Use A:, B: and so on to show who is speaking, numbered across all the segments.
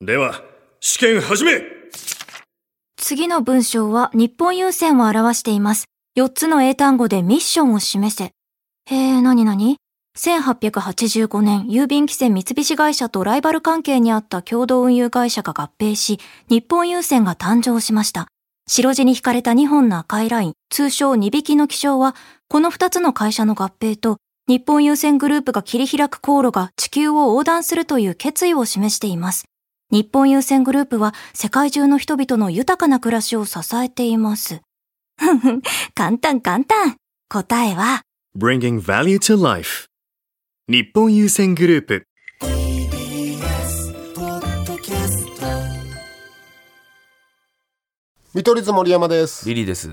A: では、試験始め
B: 次の文章は日本郵船を表しています。4つの英単語でミッションを示せ。へえ、なになに ?1885 年、郵便規制三菱会社とライバル関係にあった共同運輸会社が合併し、日本郵船が誕生しました。白地に引かれた2本の赤いライン、通称2匹の気象は、この2つの会社の合併と、日本郵船グループが切り開く航路が地球を横断するという決意を示しています。日本郵船グループは世界中の人々の豊かな暮らしを支えています。ふんふん、簡単簡単。答えは、
A: !Bringing Value to Life 日本優先グループ
C: TBS ポッドキャスト
D: 見取り図森山です
E: リリーです。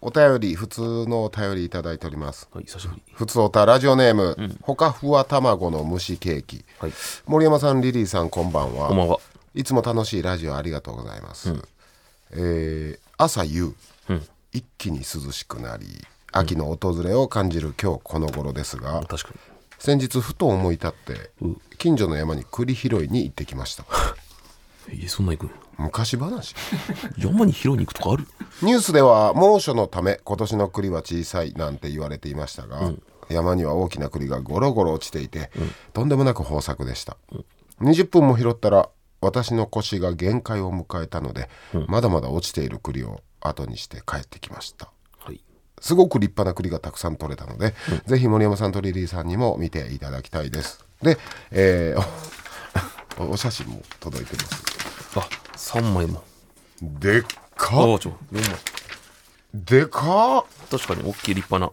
D: お便り普通のお便りいただいております
E: はい、久しぶり。
D: 普通おたラジオネーム、ほかふわ卵の蒸しケーキ、
E: はい
D: 森山さんリリーさんこんばんは
E: こんばんはい
D: つも楽しいラジオありがとうございます、えー朝夕、一気に涼しくなり秋の訪れを感じる今日この頃ですが、
E: 確かに。
D: 先日ふと思い立って近所の山に栗拾いに行ってきました
E: えそんな行くん
D: 昔話
E: 山に拾いに行くとかある
D: ニュースでは猛暑のため今年の栗は小さいなんて言われていましたが、山には大きな栗がゴロゴロ落ちていて、とんでもなく豊作でした、20分も拾ったら私の腰が限界を迎えたので、まだまだ落ちている栗を後にして帰ってきました
E: はい。
D: すごく立派な栗がたくさん取れたので、ぜひ森山さんとリリーさんにも見ていただきたいですで、えー おお写真も届いてます
E: あ、三枚も。
D: でっ
E: あ
D: か
E: あ、ちょ、四枚。
D: でかっ
E: 確かに大きい立派な。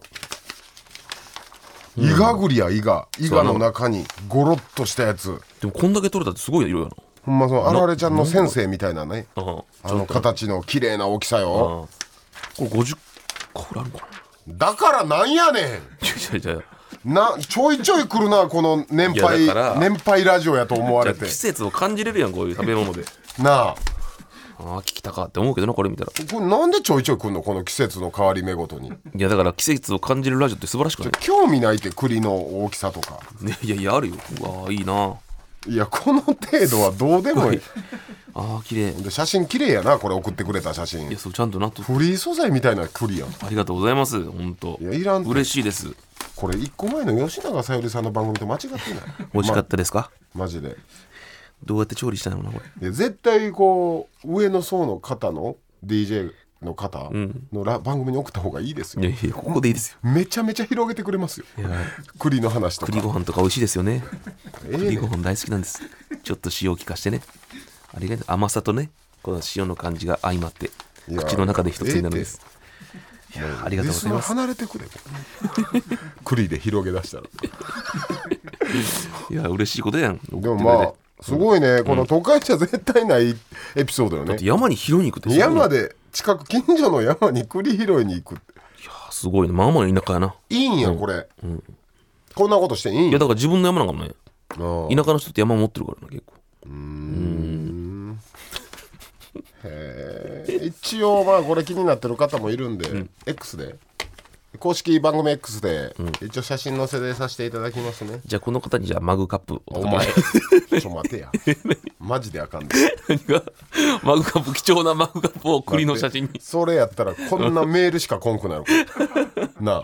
D: イガグリやイガイガの中にゴロッとしたやつ
E: でもこんだけ取れたってすごい色や
D: ほんまそのあられちゃんの先生みたいなね
E: な。ああ、
D: あの形の綺麗な大きさよ
E: これ五十個ぐらいあるのかな。
D: だからなんやね
E: いやいやいや。
D: んなちょいちょい来るなこの年
E: い
D: 配
E: やだから
D: 年配ラジオやと思わ
E: じゃ
D: れ
E: あ
D: て
E: 季節を感じれるやん、こういう食べ 物で。
D: なあ
E: ああ、聞きたかって思うけどな、これ見たら。
D: これなんでちょいちょい来るのこの季節の変わり目ごとに
E: いや、だから季節を感じるラジオって素晴らしくない
D: 興味ないって栗の大きさとか
E: ね いやいや、あるよ。うわあ、いいな。
D: いやこの程度はどうでもいい
E: ああ、綺麗。い
D: で写真綺麗やなこれ送ってくれた写真
E: や、そう、ちゃんとなっと。
D: フリー素材みたいな栗やん
E: ありがとうございます、本当。
D: いやいらんて
E: 嬉しいです。
D: これ一個前の吉永小百合さんの番組と間違ってない
E: 美味しかったですか
D: マジで
E: どうやって調理したのかな、これ。
D: いや絶対こう上の層の方の DJ の方のラ、番組に送った方がいいです
E: いや
D: よ
E: いや、ここでいいですよ。
D: めちゃめちゃ広げてくれますよ栗の話とか
E: 栗ご飯とか美味しいですよね。
D: ええね
E: 栗ご飯大好きなんです。ちょっと塩を効かしてね。ありがとう。甘さとね、この塩の感じが相まって、
D: いや
E: 口の中で一つになるんです。いやありがとうござい
D: リ
E: ま
D: ス
E: す
D: ナー。離れてくれ 栗で広げ出したら
E: いや、嬉しいことやん。
D: でもまあすごいね、この都会じゃ絶対ないエピソードよ
E: だっ
D: ね
E: て山に拾いに行くってすごいな
D: 山で近く近所の山に栗拾いに行くって
E: すごいね。まあまあ田舎やな。
D: いいんやこれ、こんなことしていいん
E: い
D: や
E: や、だから自分の山なんかもね、
D: あー
E: 田舎の人って山持ってるからな、結構。
D: えー一応まあこれ気になってる方もいるんで、X で公式番組 X で一応写真載せでさせていただきますね、
E: じゃあ、この方にじゃあマグカップお
D: お
E: 前
D: 前ちょっと待て やマジであかんで、
E: が、 マグカップ、貴重なマグカップを栗の写真に。
D: それやったらこんなメールしかこんくなるからなあな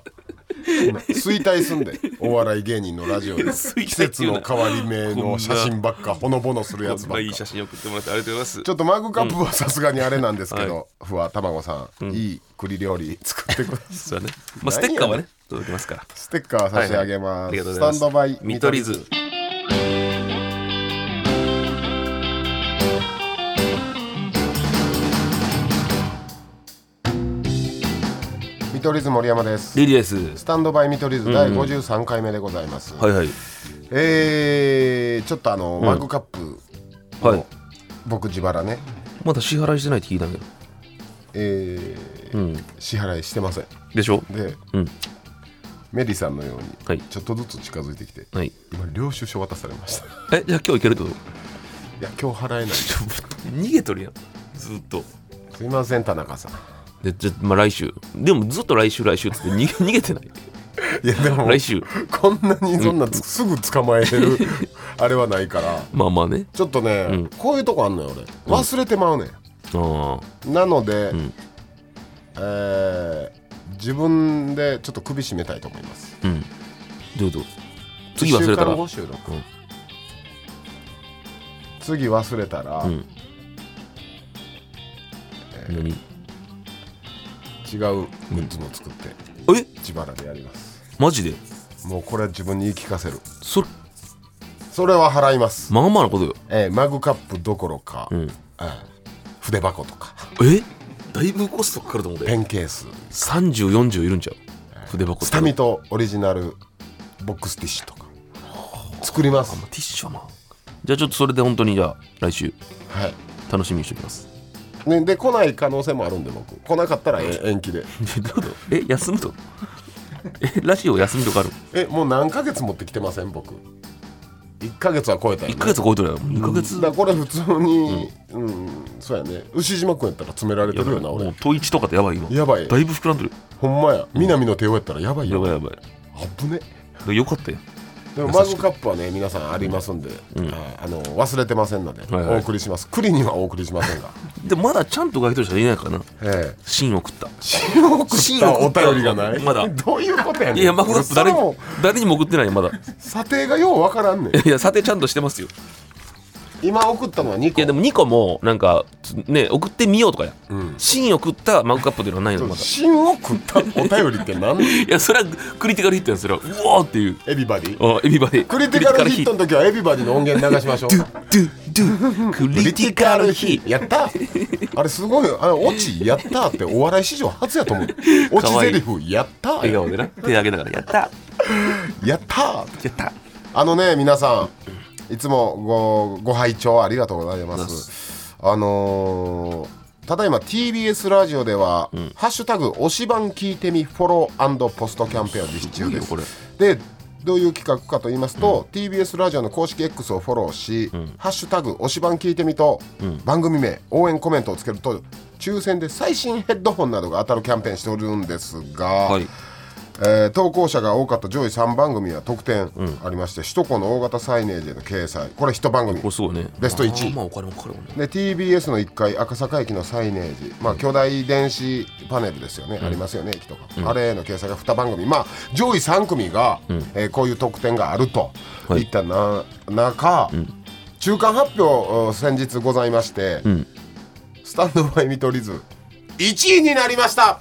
D: 衰退すんでお笑い芸人のラジオで
E: 衰退
D: 季節の変わり目の写真ばっかほのぼのするやつば
E: こんな
D: っ
E: いい
D: か
E: 写真送ってもらってありがとうございます
D: ち。ょっとマグカップはさすがにあれなんですけど、ふわたまごさん、いい栗料理作ってください
E: そうだね。まあ、ステッカーはね、届きますから。
D: ステッカー差し上げます。
E: ありがとうご
D: ス
E: ざ
D: タ
E: います。
D: ンドバイ
E: 見取り図。
D: 見取り図森山です。
E: リリーです
D: ス。タンドバイ見取り図第53回目でございます。
E: はいはい。
D: えー、ちょっとあの、マグカップ
E: はい。
D: 僕自腹ね、
E: まだ支払いしてないって聞いたんだけど。
D: えー
E: うん。
D: 支払いしてません。
E: でしょ
D: で、
E: うん。
D: メリーさんのように、
E: はい
D: ちょっとずつ近づいてきて、
E: はい。
D: 今領収書渡されました。い
E: え、じゃあ今日行けるってこと
D: や今日払えない。す
E: 逃げとるやん。ずっと。
D: いません田中さん。
E: で、じゃあまあ来週。でもずっと来週来週っつって逃げ逃げてない。
D: いやでも
E: 来週。
D: こんなにそんなつすぐ捕まえれるあれはないから
E: まあまあね。
D: ちょっとね、
E: うん
D: こういうとこあんのよ俺忘れてまうねん、
E: あ
D: なので、
E: ん
D: えー自分でちょっと首絞めたいと思います
E: あ。うん。どうぞ。次忘れた
D: 1週
E: ら。
D: 間後収録次忘れたら、
E: うん。何
D: 違うグッズも作って
E: え
D: 自腹でやります
E: マジで
D: もうこれは自分に言い聞かせる
E: それ、
D: それは払います、
E: まあまあなことよ。
D: えーマグカップどころか、
E: うん。
D: えー筆箱とか
E: えだいぶコストかかると思うんだ
D: ペ
E: よ。
D: ンケース
E: 30、40いるんちゃう筆箱
D: スタミトオリジナルボックスティッシュとか作ります
E: あ、まあ、ティッシュはまあ。じゃあちょっとそれで本当にじゃあ来週
D: はい
E: 楽しみにしておきます。
D: ね、で来ない可能性もあるんで僕来なかったらえ延期で
E: えどうぞえ、休むとえ、ラジオ休みとかある
D: えもう何ヶ月持ってきてません僕1ヶ月は超えたよ、ね、
E: ?1 ヶ月超えとるやろ。2ヶ月
D: だからこれ普通にうん、そうやね牛島君やったら詰められてるよな
E: も
D: 俺
E: う、トイチとかってやばい今。
D: やばい
E: だいぶ膨らんでる。
D: ほんまや南の帝王やったらやばい
E: や
D: よ
E: ばいやばい。
D: あぶね
E: でよかったよ。
D: でもマグカップはね皆さんありますんで、ああの忘れてませんので、
E: はいはい
D: お送りします栗にはお送りしません が
E: でまだちゃんと該当者いないからな。
D: ええ
E: 芯を食った。
D: 新送ったお便りがない
E: まだ
D: どういうことやねん
E: いや、マグカップ誰
D: その
E: に誰にも送ってないよ、ま だ。
D: 査定がようわからんねん
E: いや、査定ちゃんとしてますよ。
D: 今送ったのは2個
E: いや、でも2個も、なんか、つね、送ってみようとかや。
D: うん
E: 芯を食ったマグカップっていうのはないの、 まだ。い
D: 芯を食ったお便りって何
E: や、それはクリティカルヒットやん、それは。うおーっていう。
D: エビバディ
E: あエビバディ。
D: クリティカルヒットの時はエビバディの音源流しましょう
E: ドゥドゥ。ク
D: ク
E: リティカルヒッ
D: トやったあれすごいよあれオチやったってお笑い史上初やと思うオチゼリフやった
E: ト。笑顔でな。手あげながら、やった
D: やった
E: やった
D: あのね皆さんいつもごご拝聴ありがとうございますあのーただいま TBS ラジオでは「ハッシュタグ推し番聞いてみフォローポストキャンペーン」を実施中です
E: すごいよ
D: でどういう企画かと言いますと、TBS ラジオの公式 X をフォローし「ハッシュタグ推し番聞いてみと」番組名応援コメントをつけると抽選で最新ヘッドホンなどが当たるキャンペーンしておるんですが、
E: はい。
D: えー投稿者が多かった上位3番組は得点ありまして、首都高の大型サイネージへの掲載これ一番組
E: これすごいね。
D: ベスト一位
E: あーまあ、お金もかかるもんね。
D: で TBS の1階赤坂駅のサイネージ、まあ、巨大電子パネルですよね、ありますよね駅とか、あれへの掲載が2番組まあ上位3組が、えーこういう特典があると
E: はい
D: いったな、中、中間発表うん先日ございまして、
E: ん
D: スタンドバイ見取り図1位になりました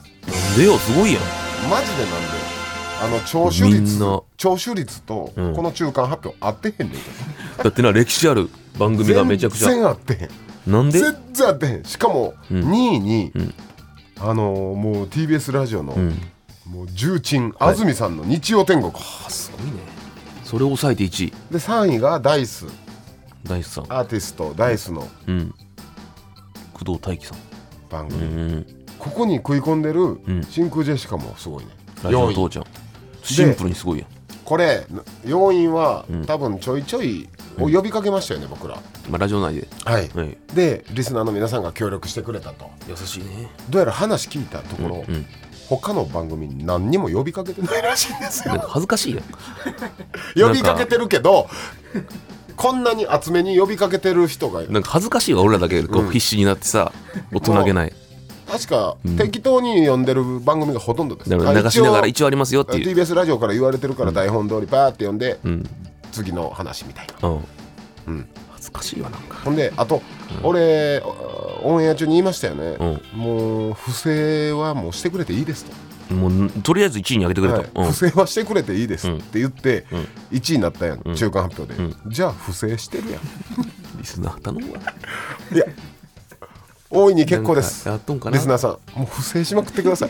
E: レオ、すごいやん。
D: マジでなんであの聴取
E: みん
D: 率
E: な
D: 聴取率とこ
E: ん
D: の中間発表合ってへんねんけ
E: だってな、歴史ある番組
D: ど、
E: がめちゃくち
D: 全然
E: ゃ。
D: 合ってへん
E: なんで
D: 全然合ってへんしかも2位に、あのーもう TBS ラジオの、もう重鎮安住さんの「日曜天国」
E: あすごいねそれを抑えて1位
D: で3位がダイス
E: 大地さん
D: アーティストダイスの
E: うん工藤大輝さん
D: 番組、
E: うん
D: ここに食い込んでる
E: ん
D: 真空ジェシカもすごいね、
E: ラジオの
D: 4
E: 父
D: 位
E: ちゃんシンプルにすごいやん
D: これ要因は、多分ちょいちょいお呼びかけましたよね僕ら
E: まあラジオ内で
D: はい、
E: はい
D: でリスナーの皆さんが協力してくれたと
E: 優しいね
D: どうやら話聞いたところ、
E: うん
D: 他の番組に何にも呼びかけてないらしいんです
E: なん
D: よ
E: か恥ずかしいやん
D: 呼びかけてるけどこんなに厚めに呼びかけてる人が
E: なんか恥ずかしいわ俺らだけこう必死になってさ大人 げない
D: 確か適当に呼んでる番組がほとんどです、
E: だから流しながら一応ありますよっていう
D: TBS ラジオから言われてるから台本通りパーって呼んで、
E: うん
D: 次の話みたいな
E: うん
D: うん
E: 恥ずかしいわなんか
D: ほんであと、俺オンエア中に言いましたよね、もう不正はもうしてくれていいですと
E: もうとりあえず1位に上げてくれ
D: はい
E: とうん
D: 不正はしてくれていいですって言って
E: ん
D: 1位になったやん、中間発表で、じゃあ不正してるやん
E: リスナー頼むわ
D: いや大いに結構です
E: なんかやっとんかな
D: リスナーさんもう不正しまくってください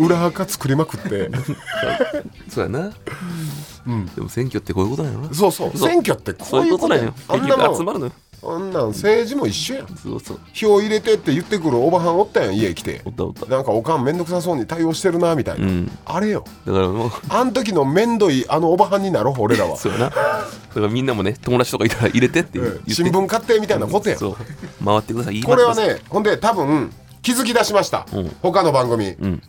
D: 裏垢作りまくって
E: そうやなでも選挙ってこういうことなんやろな
D: そうそう選挙って
E: そ
D: こ
E: う
D: う
E: い
D: いうう
E: こ
D: ことと
E: なん
D: やん
E: やよ
D: あんなも
E: 集ま
D: ん
E: るのよ
D: あんなん政治も一緒やん
E: そうそう
D: 票入れてって言ってくるおばはんおったやん家来て
E: おったおった
D: なんかおかんめんどくさそうに対応してるなみたいな、
E: うん
D: あれよ
E: だからもう
D: あん時のめんどいあのおばはんになろう俺らは
E: そうやな。だからみんなもね、友達とかいたら入れてって言う
D: うん
E: 言って
D: 新聞買ってみたいなことやん
E: そう。回ってください。言い
D: こ
E: 回し
D: れは
E: てください。
D: ねほんで多分気づき出しました、
E: うん
D: 他の番組、
E: ん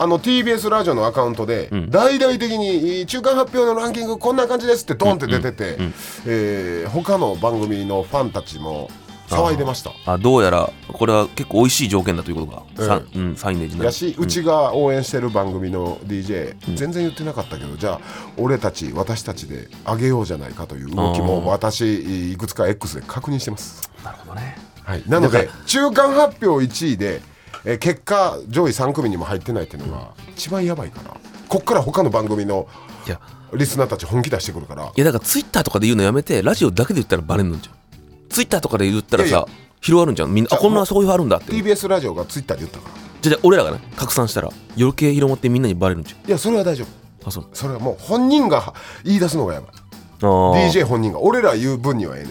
D: あの TBS ラジオのアカウントで、大々的にえー中間発表のランキングこんな感じですってドンって出てて、えー他の番組のファンたちも騒いでました
E: あどうやらこれは結構美味しい条件だということか、さ
D: え
E: うん、サイネージな
D: やし、うちが応援してる番組の DJ、全然言ってなかったけどじゃあ俺たち私たちであげようじゃないかという動き
E: あー
D: も私いくつか X で確認してます、
E: なるほどね
D: はい、なので中間発表1位で、えー結果上位3組にも入ってないっていうのが一番やばいからこっから他の番組の
E: いや
D: リスナーたち本気出してくるから
E: いやだからツイッターとかで言うのやめてラジオだけで言ったらバレるんじゃんツイッターとかで言ったらさ
D: いやいや
E: 広がるんじゃんみんなあ
D: じゃあ
E: こんなそういうあるんだってじゃ
D: TBS ラジオがツイッターで言ったから
E: あじゃあ俺らがね拡散したら余計広まってみんなにバレるんじゃ
D: いやそれは大丈夫
E: んあそう
D: それはもう本人が言い出すのがやばい
E: あー
D: DJ 本人が俺ら言う分にはえ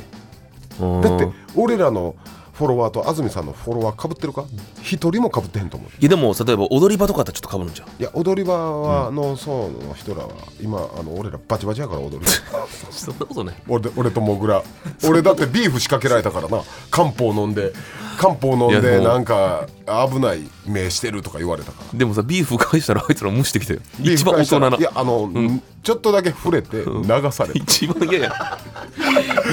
D: えねん
E: うん
D: だって俺らのフォロワーと安住さんのフォロワーかぶってるか一人もかぶってへんと思う
E: いやでも例えば踊り場とかだったらちょっとかぶるんじゃん
D: いや踊り場はの層の人らは今あの俺らバチバチやから踊る
E: そんなことない
D: 俺俺とモグラ俺だってビーフ仕掛けられたからな漢方飲んで漢方飲ん
E: いや
D: で
E: もう
D: なんか危ない目してるとか言われたから
E: でもさビーフ返したらあいつら無視してきたよ
D: ビーフ
E: 一番大人ない
D: やあの、ちょっとだけ触れて流された、
E: 一番いやいや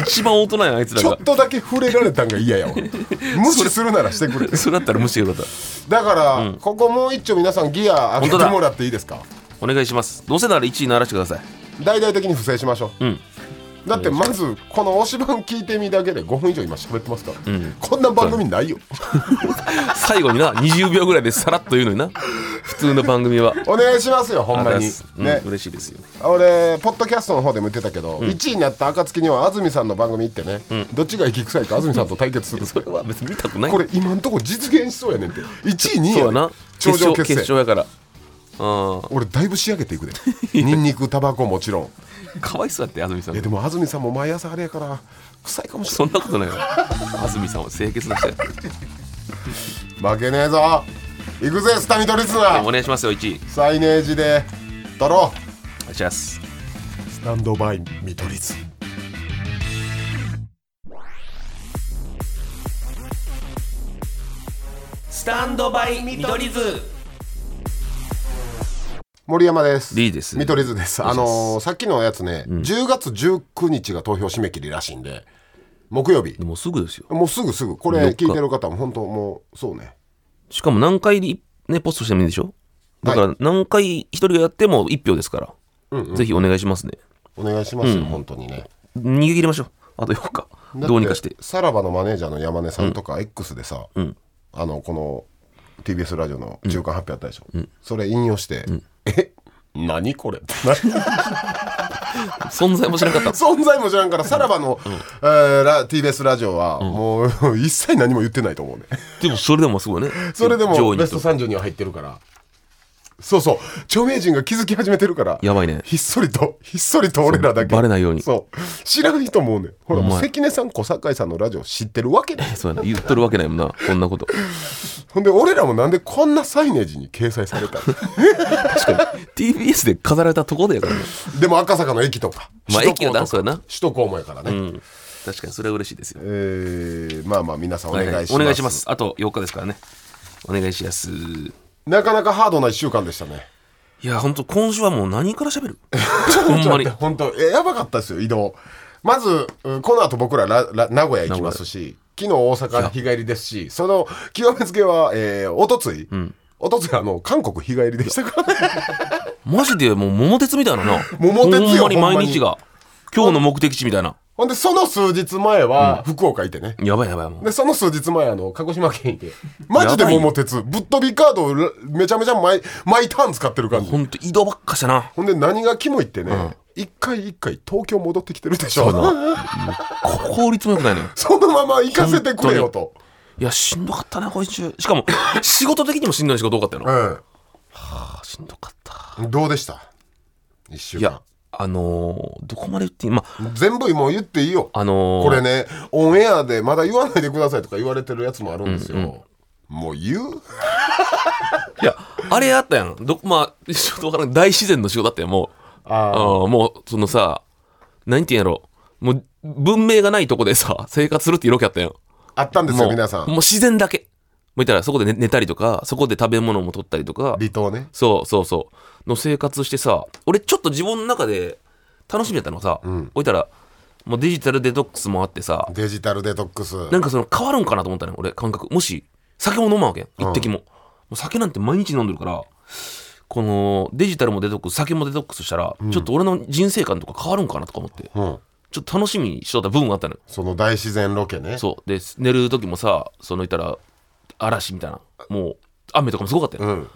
E: 一番大人やんあいつら
D: ちょ
E: が
D: っとだけ触れられたんが嫌 やわ無視するならしてくれ
E: それだったら無視してください
D: だから、ここもう一丁皆さんギア上げてもらっていいですか
E: お願いしますどうせなら1位ならしてください
D: 大々的に不正しましょう、
E: ん
D: だってまずこの推し版聞いてみだけで5分以上今喋ってますから、こんな番組ないよ
E: 最後にな20秒ぐらいでさらっと言うのにな普通の番組は
D: お願いしますよほんまに、
E: うん
D: ね
E: 嬉しいですよ
D: 俺ポッドキャストの方でも言ってたけど、1位になった暁には安住さんの番組行ってね、どっちが息臭いか安住さんと対決する
E: それは別に見たくない
D: これ今んとこ実現しそうやねんって1位2位
E: そう
D: や
E: やな
D: ね頂上決
E: 決
D: 戦
E: 勝やからあ
D: 俺だいぶ仕上げ ていくでニンニクタバコもちろん
E: あかわいそうだって安住さ
D: え
E: ん
D: でも安住さんも毎朝あれやから臭いかもし
E: そんなことないよ安住さんは清潔な人 や
D: れん負けねえぞ行くぜスタミトリスナ
E: お
D: ー
E: 願いしますよ1位
D: サイネージで取ろう
E: お願いします
D: スタンドバイ見取り図
E: スタンドバイ見取り図
D: 森山です
E: リーです
D: 見取り図ですあのーさっきのやつね、10月19日が投票締め切りらしいんで木曜日
E: でもすぐですよ
D: もうすぐすぐこれ聞いてる方も本当もうそうね
E: しかも何回にねポストしてもいいんでしょだから何回一人がやっても1票ですから、ぜひお願いしますね
D: お願いしますよ、本当にね
E: 逃げ切りましょうあと4日どうにかして
D: だっさらばのマネージャーの山根さんとか X でさ、あのこの TBS ラジオの中間発表あったでしょ、それ引用して「え 何これ?」
E: 存在もしなか った
D: 存在も知らんからさらばの、えーラ TBS ラジオはもう、一切何も言ってないと思うね
E: でもそれでもすごいね
D: それで
E: 上
D: も
E: 位の
D: ベスト
E: 人
D: 30には入ってるからそうそう著名人が気づき始めてるから
E: やばいね
D: ひっそりとひっそりと俺らだけ
E: そうバレないように
D: そう知らん人もおんねんほら
E: ほん
D: も
E: まや
D: う関根さん小堺さんのラジオ知ってるわけない
E: そうやな言っとるわけないもんなこんなこと
D: ほんで俺らもなんでこんなサイネージに掲載された
E: 確かに TBS で飾られたとこでや からね
D: でも赤坂の駅とか
E: ま
D: 首
E: あ
D: 都高
E: 駅はな
D: と
E: そうやな
D: か首都高もやからね、
E: 確かにそれは嬉しいですよ
D: えーまあまあ皆さんお願いします、
E: お願いしますあと4日ですからねお願いしますい
D: なかなかハードな1週間でしたね
E: や本当今週はもう何から 喋るほんまに
D: 本当えやばかったですよ移動まずうんこの後僕ららら名古屋行きますし昨日大阪日帰りですしその極めつけは、えー、おとつい、おとついあの韓国日帰りでしたからね
E: マジでもう桃鉄みたいなな
D: 桃鉄よ
E: ほんまに
D: ほんまに
E: 毎日が今日の目的地みたいな
D: ほんでその数日前は福岡行ってね、
E: やばいやばいもう
D: でその数日前あの鹿児島県行ってマジで
E: やばいよ
D: 桃鉄ぶっ飛びカードをらめちゃめちゃ毎毎ターン使ってる感じ
E: ほんと移動ばっかしたな
D: ほんで何がキモいってね、一回一回東京戻ってきてるでしょ
E: 効率も良くないのよ
D: そのまま行かせてくれよと、
E: いやしんどかったな今週し かも仕事的にもしんどい仕事多かったよな
D: う
E: あしんどかった
D: ん、どうでした一週
E: い
D: 間
E: やあのーどこまで言っていいまあ
D: 全部もう言っていいよ、
E: あのー
D: これねオンエアでまだ言わないでくださいとか言われてるやつもあるんですよ、もう言う
E: いやあれあったやんどまあ ちょっとわからん大自然の仕事だったよもう
D: あ
E: あーもうそのさ何て言うんやろもう文明がないとこでさ生活するって色気あったやん
D: あったんです
E: も
D: よ
E: う
D: 皆さ
E: もうん自然だけまあ言ったらそこで寝寝たりとかそこで食べ物も取ったりとか
D: 離島ね
E: そうそうそうの生活してさ俺ちょっと自分の中で楽しみだったのがさ、
D: うん
E: 置いたらもうデジタルデトックスもあってさ
D: デジタルデトックス
E: なんかその変わるんかなと思ったね俺感覚もし酒も飲まんわけやん一滴も,、もう酒なんて毎日飲んでるからこのデジタルもデトックス酒もデトックスしたら、ちょっと俺の人生観とか変わるんかなとか思って
D: うん
E: ちょっと楽しみにしとった部分があったのよ
D: その大自然ロケね
E: そうで寝る時もさその言ったら嵐みたいなもう雨とかもすごかったよ、
D: うん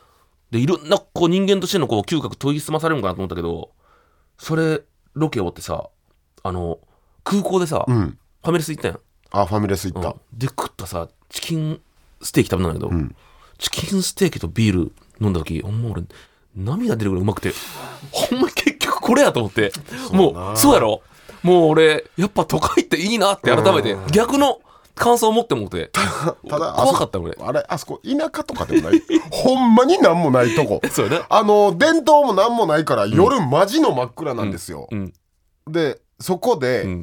E: でいろんなこう人間としてのこう嗅覚研ぎ澄まされるのかなと思ったけどそれロケ終わってさあの空港でさ、
D: う
E: フ
D: ん
E: ァミレス行ったやん、
D: あファミレス行った、
E: うんで食ったさチキンステーキ食べたんだけど、
D: ん
E: チキンステーキとビール飲んだ時ほんま俺涙出るぐらいう まくてほんま結局これやと思って
D: うだな
E: もうそうやろもう俺やっぱ都会っていいなって改めて逆の感想を持って もって
D: ただ
E: 怖かった俺
D: あそあれあそこ田舎とかでもない ほんまになんもないとこ
E: そうやな
D: あの電灯もなんもないから夜マジの真っ暗なんですよ、
E: うん
D: でそこで、
E: う
D: ね
E: ん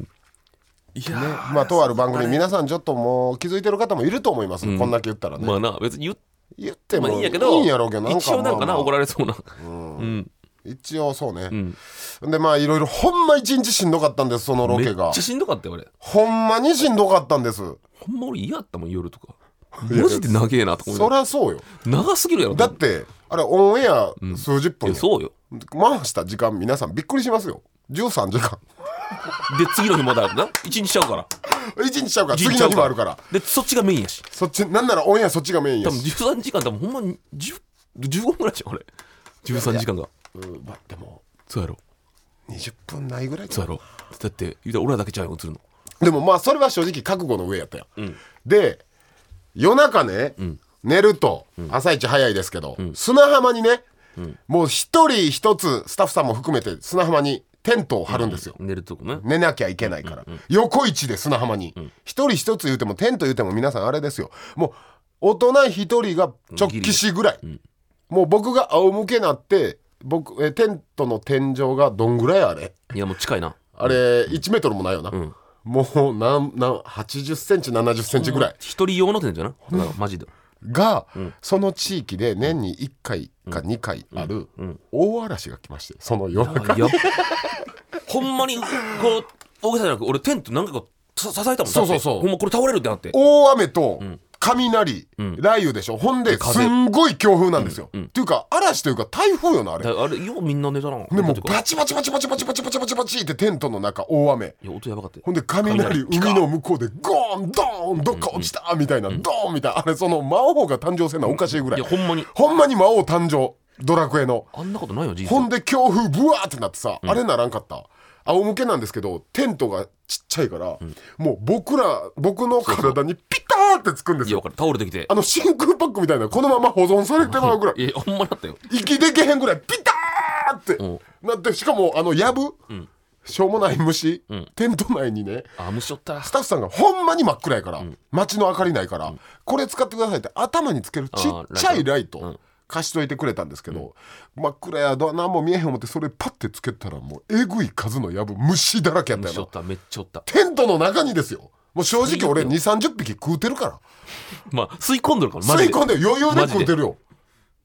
E: いやー
D: まあ、とある番組
E: そうだね
D: 皆さんちょっともう気づいてる方もいると思います、
E: うん
D: こんだけ言ったらね、
E: まあな別に言っ
D: 言って
E: ま
D: もい
E: あいいんやけど
D: いんやろうけどなんか
E: 一応なんかな、
D: まあまあ
E: 怒られそうなうん
D: 一応そうね
E: う、ん
D: でまあいろいろほんま一日しんどかったんですそのロ
E: め
D: ケ
E: っち
D: が
E: ゃしんどかったよ俺
D: ほんまにしんどかったんです
E: ほんま俺嫌やったもん夜とか
D: いや
E: マジで長えなとか
D: そ
E: 思
D: りゃそうよ
E: う長すぎるやろ
D: だってあれオンエア数十
E: い
D: 分
E: や
D: よ、
E: そうよ
D: 回した時間皆さんびっくりしますよ13時間
E: で次の日まだあるな一日ちゃうから
D: 一日ちゃうから
E: 一
D: 次
E: 日ちゃ
D: の
E: う
D: 日もあるから
E: でそっちがメインやし
D: そっちなんならオンエアそっちがメインや
E: 多分
D: し
E: 13時間多分ほんまに10 15分ぐらいじゃん俺13時間が
D: うんまあでも
E: そうやろ
D: 20分ないぐらい
E: そうやろだって言うたら俺らだけちゃうよ映るの
D: でもまあそれは正直覚悟の上やったよ、
E: ん
D: で夜中ね、寝ると朝一早いですけど、砂浜にね、もう一人一つスタッフさんも含めて砂浜にテントを張るんですよ、
E: 寝るとこね
D: 寝なきゃいけないから、横一で砂浜に、一人一つ言うてもテント言うても皆さんあれですよもう大人一人が直帰しぐらい、もう僕が仰向けなって僕えテントの天井がどんぐらいあれ
E: いやもう近いな
D: あれ1メートルもないよな、
E: ん
D: もうなんなん80センチ70センチぐらい
E: 一人用のテントやなだからマジで
D: が、その地域で年に1回か2回ある大嵐が来ましてその夜中
E: あやっ ほんまにこう大げさじゃなく俺テント何回かさ支えたもんだって
D: そうそうそう
E: ほんまこれ倒れるってなって
D: 大雨と雷、雷雨でしょほんで
E: 風
D: すんごい強風なんですよ、っていうか嵐というか台風よなあれ
E: だあれようみんな寝たな
D: でも
E: 寝
D: う
E: たというか
D: バチバチバチバチバチバチバチバチバチってテントの中大雨
E: いや音やばかったよ
D: ほんで雷海の向こうでゴーンドーンどっか落ちたみたいなドーンみたいなあれその魔王が誕生せんのはおかしいぐら
E: い
D: い
E: やほんまに
D: ほんまに魔王誕生ドラクエの
E: あんなことないよ人
D: ほ
E: 生
D: んで強風ブワーってなってさ、あれならんかった仰向けなんですけどテントがちっちゃいから、もう僕ら僕の体にピターってつくんです
E: いや
D: よ
E: わかる倒れてきて
D: あの真空パックみたいなこのまま保存されてまうぐらい
E: いやほんまになったよ
D: 息でけへんぐらいピターって、
E: うん
D: なってしかもあのやぶ、しょうもない虫、
E: ん
D: テント内にね
E: あ虫しょった
D: スタッフさんがほんまに真っ暗やから、街の明かりないから、これ使ってくださいって頭につけるちっちゃいライト
E: あーライトうん
D: 貸しといてくれたんですけど、真っ暗やだ何も見えへん思ってそれパッてつけたらもうえぐい数のやぶ虫だらけやった
E: 虫しょ
D: よ
E: っためっちゃおった
D: テントの中にですよもう正直俺
E: 最悪
D: 2 3
E: よ
D: 0匹食うてるから
E: まあ吸い込んでるからマ
D: 吸
E: ジ
D: い
E: で
D: 込んで余裕で
E: マジ
D: 食うてるよ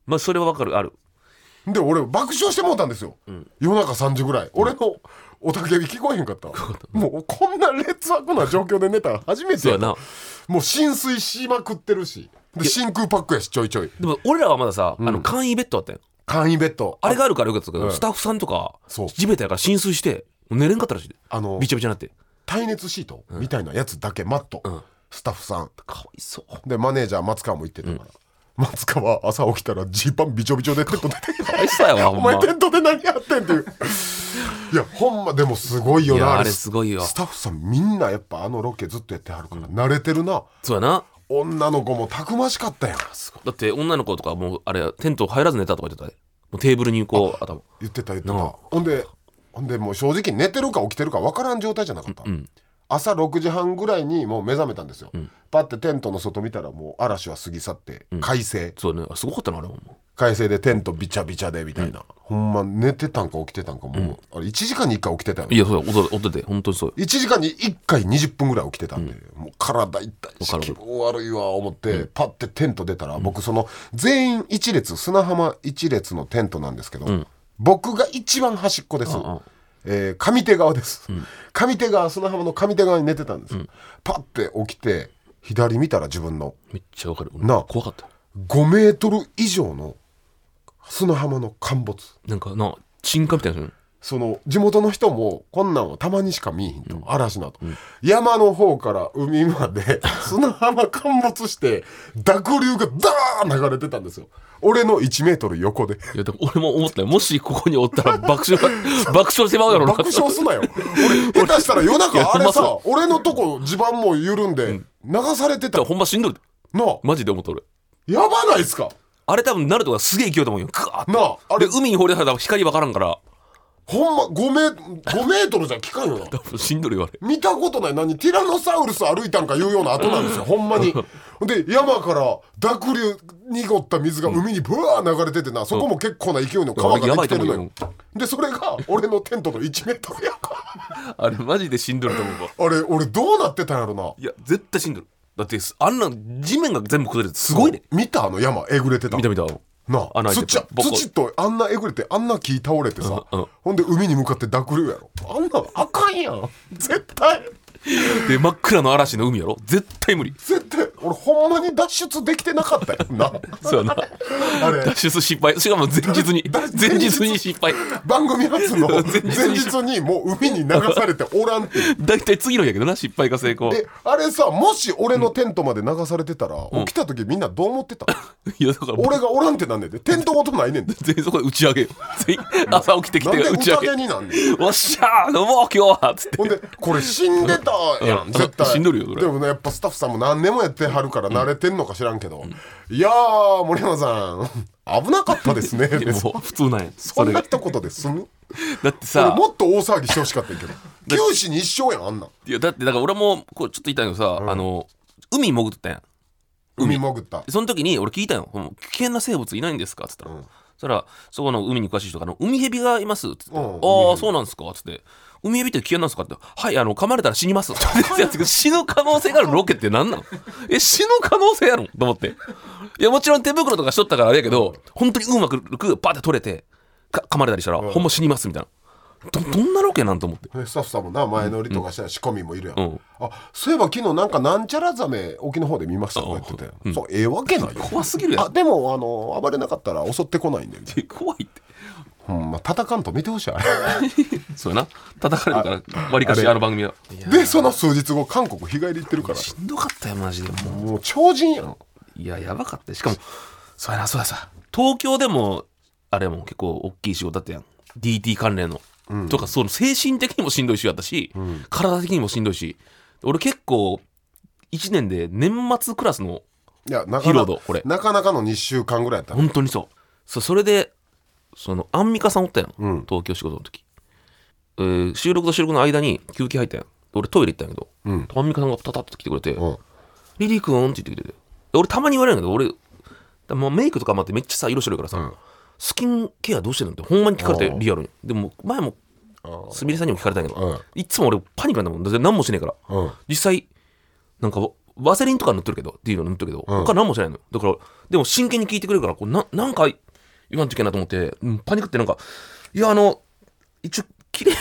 E: まあそれはわかるある
D: で俺爆笑してもうたんですよ、夜中3時ぐらい俺のおたけび聞こえへんかったもうこんな劣悪な状況で寝たら初めて
E: そう
D: や
E: や
D: な
E: な
D: もう浸水しまくってるしで真空パックやしちょいちょい
E: でも俺らはまださあの簡易ベッドあったよ
D: 簡易ベッド
E: あれがあるからよかったけ
D: う
E: ど
D: ん
E: スタッフさんとか
D: そう
E: 地べたやから浸水してもう寝れんかったらしい
D: あの
E: びちゃびちゃになって
D: 耐熱シートみたいなやつだけマット、
E: ん
D: スタッフさん
E: かわいそう
D: でマネージャー松川も行ってたから、松川は朝起きたらジーパンびちょびちょでテント出てき
E: か
D: た
E: わいそうやわほ
D: お
E: んま
D: 前テントで何やってん っていういやほんまでもすごいよ
E: い
D: な
E: やあれすごいよ
D: スタッフさんみんなやっぱあのロケずっとやってはるから、慣れてるな
E: そうやな
D: 女の子もたくましかったやん
E: だって女の子とかもうあれテント入らず寝たとか言ってたでもうテーブルにこう頭
D: 言ってた言ってた
E: なあ
D: ほんでほんでもう正直寝てるか起きてるか分からん状態じゃなかった、
E: ん
D: 朝6時半ぐらいにもう目覚めたんですよ、パッてテントの外見たらもう嵐は過ぎ去って快晴、
E: そうねすごかったなあれほんま
D: 快晴でテントびちゃびちゃでみたいな、ほんま寝てたんか起きてたんかもう、あれ1時間に1回起きてたよ
E: い
D: ね
E: や、そうだ、音音で、本当にそうよ。
D: 1時間に1回20分ぐらい起きてたんで、もう体痛いし
E: わか
D: 気
E: る
D: 分悪いわ思って、パッてテント出たら、僕その全員一列砂浜一列のテントなんですけど、僕が一番端っこです、
E: あ
D: えー上手側です、上手側砂浜の上手側に寝てたんですよ、パッて起きて左見たら自分の
E: めっちゃわかる。
D: なあ
E: 怖かったよ。
D: 5メートル以上の砂浜の陥没
E: なんか、なあ、沈下みたいなやつよね。
D: その地元の人もこんなんはたまにしか見えへんと、嵐なと、山の方から海まで 砂浜陥没して濁流がダーン流れてたんですよ俺の1メートル横で
E: いや、でも俺も思ったよ。もしここにおったら爆笑、爆笑してまうやろうな。
D: 爆笑すなよ俺下手したら夜
E: いや
D: 中あ
E: ほん
D: れ
E: ま
D: さ
E: そ
D: 俺のとこ地盤も緩んで流されてた、
E: ほんましんどい。
D: なあ
E: マジで思った俺。
D: やばないっすか
E: あれ多分、なるとかすげえ勢いだもんよ。グワーッ
D: なああれ
E: で、海に放り出されたら光わからんから、
D: ほんま5メ ,5 メートルじゃ効かんよな
E: 多分しんどいよ、あれ。
D: 見たことない何ティラノサウルス歩いたんかいうような跡なん ですよほんまにで山から濁流濁った水が海にブワー流れててなそこも結構な勢いの川ができてるの
E: うんやば
D: よ
E: いと
D: でそれが俺のテントの1メートルやか
E: あれマジでしんどいと思うわ。
D: らあれ俺どうなってたんやろない
E: や、絶対しんどい。だって、あんな地面が全部崩れて、すごいね。
D: 見たあの山えぐれてた
E: 見た見た。
D: なあ
E: 穴開いて
D: 土
E: るボコ
D: 土とあんなえぐれてあんな木倒れてさ
E: うんうん
D: ほんで海に向かって濁流やろあんなあかんやん絶対
E: で、真っ暗の嵐の海やろ絶対無理。
D: 絶対俺ほんまに脱出できてなかったよな
E: そうやな。
D: あれ
E: 脱出失敗。しかも前日に。
D: だ
E: 前日に失敗。
D: 番組初 の前
E: 前
D: 日
E: 日
D: に
E: に
D: もう海に流されておらんって いう
E: 大体次の日やけどな、失敗か成功。
D: であれさもし俺のテントまで流されてたら、起きた時みんなどう思ってた、
E: いや、だから、
D: 俺がおらんってなんねんでテントごとないねん で
E: 全員そこで打ち上げよ。全員朝起きてき
D: なん
E: て
D: で
E: 打ち上げ
D: 宴。になんねん
E: おっしゃー飲もう今日はつって。
D: ほんでこれ死んでたやん、
E: うん
D: 絶対
E: 死んどるよそれ
D: でもねやっぱスタッフさんも何年もやってはるから慣れてんのか知らんけど、いやー森山さん危なかったです ね
E: でもう普通なんや。
D: そ
E: そ
D: ん
E: れ
D: な
E: が。
D: 一言で済む
E: だって
D: 俺
E: さ、
D: もっと大騒ぎしてほしかったんやけ ど九死に一生やんあんなん
E: いやだってだから俺もこうちょっと言いたいのさ、あの、海潜ってたやん。
D: 海潜った
E: その時に俺聞いたよ「ほんま危険な生物いないんですか?」っつったら、そしたらそこの海に詳しい人があの「海蛇がいます」っつって「
D: うん
E: ああそうなんですか」っつって「海蛇って危険なんですか?」って「はいあの噛まれたら死に ます」って言って死ぬ可能性があるロケって何 なのえ死ぬ可能性やろと思っていやもちろん手袋とかしとったからあれやけど本当にうまくバーって取れてか噛まれたりしたら、ほんま死にますみたいなどどんなロケなんと思って
D: ねスタッフさんもな前乗りとかしたら仕込みもいるやん、
E: うん
D: あそういえば昨日なんかなんちゃらザメ沖の方で見ましたとか言ってて、そうええわけないよ
E: 怖すぎるや
D: あ
E: ん
D: でもあの暴れなかったら襲ってこないんでみたい
E: 怖いって
D: なほんま叩かんと見てほしいあれ
E: そうやな叩かれるからわりかしあの番組は
D: でその数日後韓国日帰り行ってるから
E: しんどかったよマジでもう
D: もう超人やん
E: いや、やばかったよしかも、そうやな、そうやさ。東京でも、あれも結構大きい仕事だったやん。DT 関連の。とか、その精神的にもしんどいしやったし、体的にもしんどいし。俺結構、1年で年末クラスの、
D: いやなか
E: 疲
D: なか
E: 労度これ
D: なかなかの2週間ぐらいやったな
E: 本当にそう。そうそれで、その、アンミカさんおったやん。
D: うん
E: 東京仕事の時。えー収録と収録の間に休憩入ったやん。俺トイレ行ったんやけど、
D: うん
E: アンミカさんがパタッと来てくれて、
D: うん
E: リリー君って言ってきてて。俺たまに言われるんだけど、俺、だもうメイクとかもあってめっちゃさ、色白いからさ、スキンケアどうしてるのってほんまに聞かれて
D: うん
E: リアルに。でも、前も、すみれさんにも聞かれたんやけど、
D: うん
E: いつも俺パニックなんだもん。だって何もしねえから。
D: うん
E: 実際、なんか、ワワセリンとか塗ってるけど、ディール塗ってるけど、他何もしないのよ。だから、でも真剣に聞いてくれるから、こうななんか言わんといけないなと思って、うんパニックってなんか、いや、あの、一応、綺麗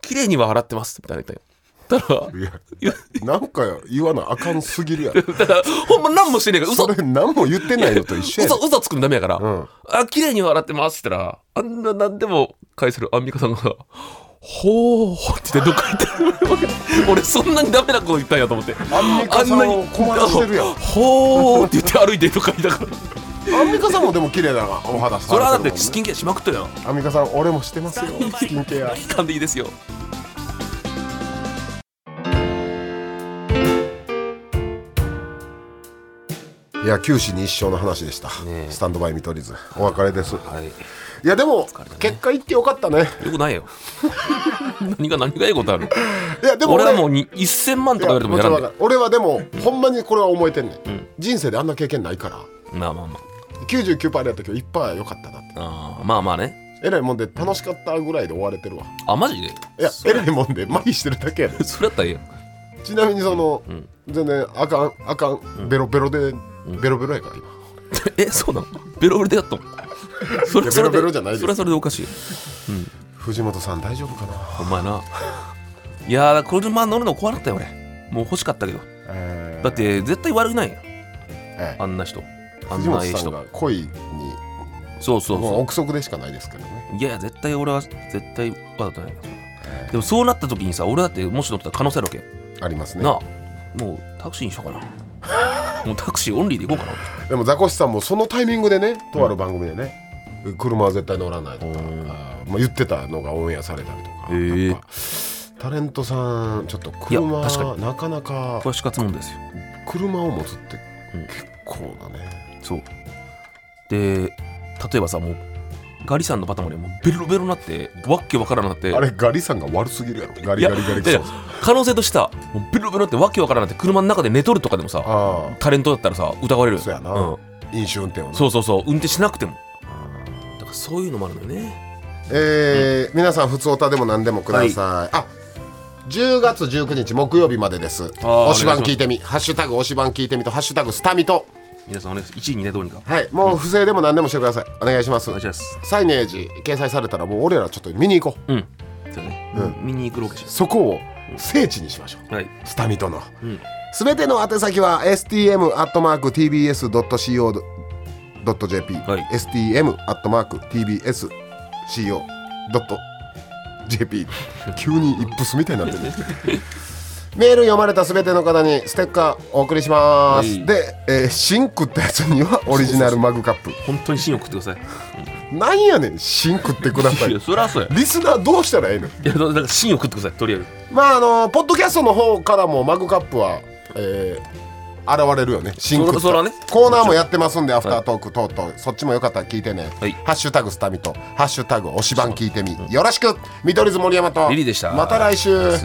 E: 綺麗には洗ってます、みたいな言ったんよ。たら、
D: いやなんか言わなあかんすぎるやん
E: ただ、ほんま何もしてねえから、 嘘
D: それ何も言ってないのと一緒や
E: 嘘
D: で
E: 嘘つくのダメやから、
D: ん
E: あ綺麗に笑ってますって言ったらあんな何でも返せるアンミカさんが「ほー」って言ってどっか行って俺 俺そんなにダメなこと言ったんやと思って
D: アンミカさんを困らせてるやん
E: あほーって言って歩いてどっか行ったから
D: アンミカさんもでも綺麗だなお肌
E: そ
D: さ
E: れ
D: れてるも
E: はだ
D: ん
E: っ
D: ね
E: てスキンケアしまくったよ
D: アンミカさん俺もしてますよスキンケア
E: 勘でいいですよ
D: いや九死に一生の話でした、スタンドバイ見取り図お別れです
E: はい
D: いやでも、結果言ってよかったね
E: よくな いよ何が何がええことある
D: いやでも
E: 俺
D: 俺
E: はもうに1000万とか言われてもやらん
D: いやもちろんわ
E: で
D: かる俺はでも、ほんまにこれは思えてんねん、人生であんな経験ないから
E: まあまあまあ
D: 結99%やったけど1%は良かったなって
E: あーまあまあね
D: えらいもんで楽しかったぐらいで終われてるわ
E: あマジで
D: いや
E: そ
D: えらいもんで麻痺してるだけやで
E: それやったらええやん
D: ちなみにその、
E: ん
D: 全然あかんあかんベロベロで、ベロベロやから今
E: えそうなんベロベロでやったのそ
D: いや
E: れそれ
D: ベロベロじゃないです
E: それはそれでおかしい
D: 藤本さん大丈夫かな
E: お前ないやー車乗るの怖かったよ俺もう欲しかったけど
D: えー
E: だって絶対悪くないやん
D: ええ
E: あんな人あん
D: 藤
E: な
D: 本
E: ええ
D: さん
E: 人
D: が恋に
E: そうそう
D: もう
E: そ
D: 憶測でしかないですけどね
E: ういやいや絶対俺は絶対悪くないよでもそうなった時にさ俺だってもし乗ったら可能性あるわけ、
D: ありますね
E: なあもうタクシーにしようかな もうタクシーオンリーで行こうかな
D: でもザコシさんもそのタイミングでねとある番組でね、車は絶対乗らないとか、
E: うん
D: あーまあ、言ってたのがオンエアされたりとか,、
E: へえ
D: やっぱタレントさんちょっと
E: い
D: 車
E: や確かに
D: なかなか
E: これは死活問題ですよ
D: 車を持つって
E: うん
D: 結構だね、
E: そうで例えばさもうガリさんのパターンもねもうベロベロになってわっけわからなくなって
D: あれガリさんが悪すぎるやろガリ
E: いや
D: ガリガリ
E: いやいや可能性としてはもうベロベロってわけわからなくて車の中で寝とるとかでもさ
D: あ
E: タレントだったらさ疑われる
D: あそうやな、
E: うん
D: 飲酒運転をね
E: そうそうそう運転しなくてもだからそういうのもあるのよね
D: えー皆さん普通おたでも何でもください、あ10月19日木曜日までです
E: あー
D: 推し
E: お願いし
D: 番
E: ます
D: 聞いてみ「ハッシュタグ推し番聞いてみ」と「ハッシュタグスタミと」
E: 皆さんお願いします1位にねどうにかお
D: はい、もう不正でも何でもしてください。お願いします
E: 願い。します
D: サイネージ掲載されたらもう俺らちょっと見に行こう。
E: うんそうね、見に行くロケします
D: そこを聖地にしましょう。
E: はい
D: スタミトの
E: うん。
D: すべての宛先は stm.tbs.co.jp、
E: はい
D: stm.tbs.co.jp 急にイップスみたいになってるメール読まれたすべての方にステッカーお送りします、
E: はい
D: で、えーシンクってやつにはオリジナルマグカップ
E: 本当に芯を食って ください
D: なんやねん芯食ってください
E: いやそりゃそうや
D: リスナーどうしたらええの
E: いやだから芯を食ってくださいとりあえず
D: まああのポッドキャストの方からもマグカップは、えー現れるよねシンク
E: そらそらね
D: コーナーもやってますんでアフタートーク等々、そっちもよかったら聞いてね、
E: はい
D: ハッシュタグスタミとハッシュタグ推し番聞いてみよろしく見取り図森山と
E: リリーでした
D: また来週
E: です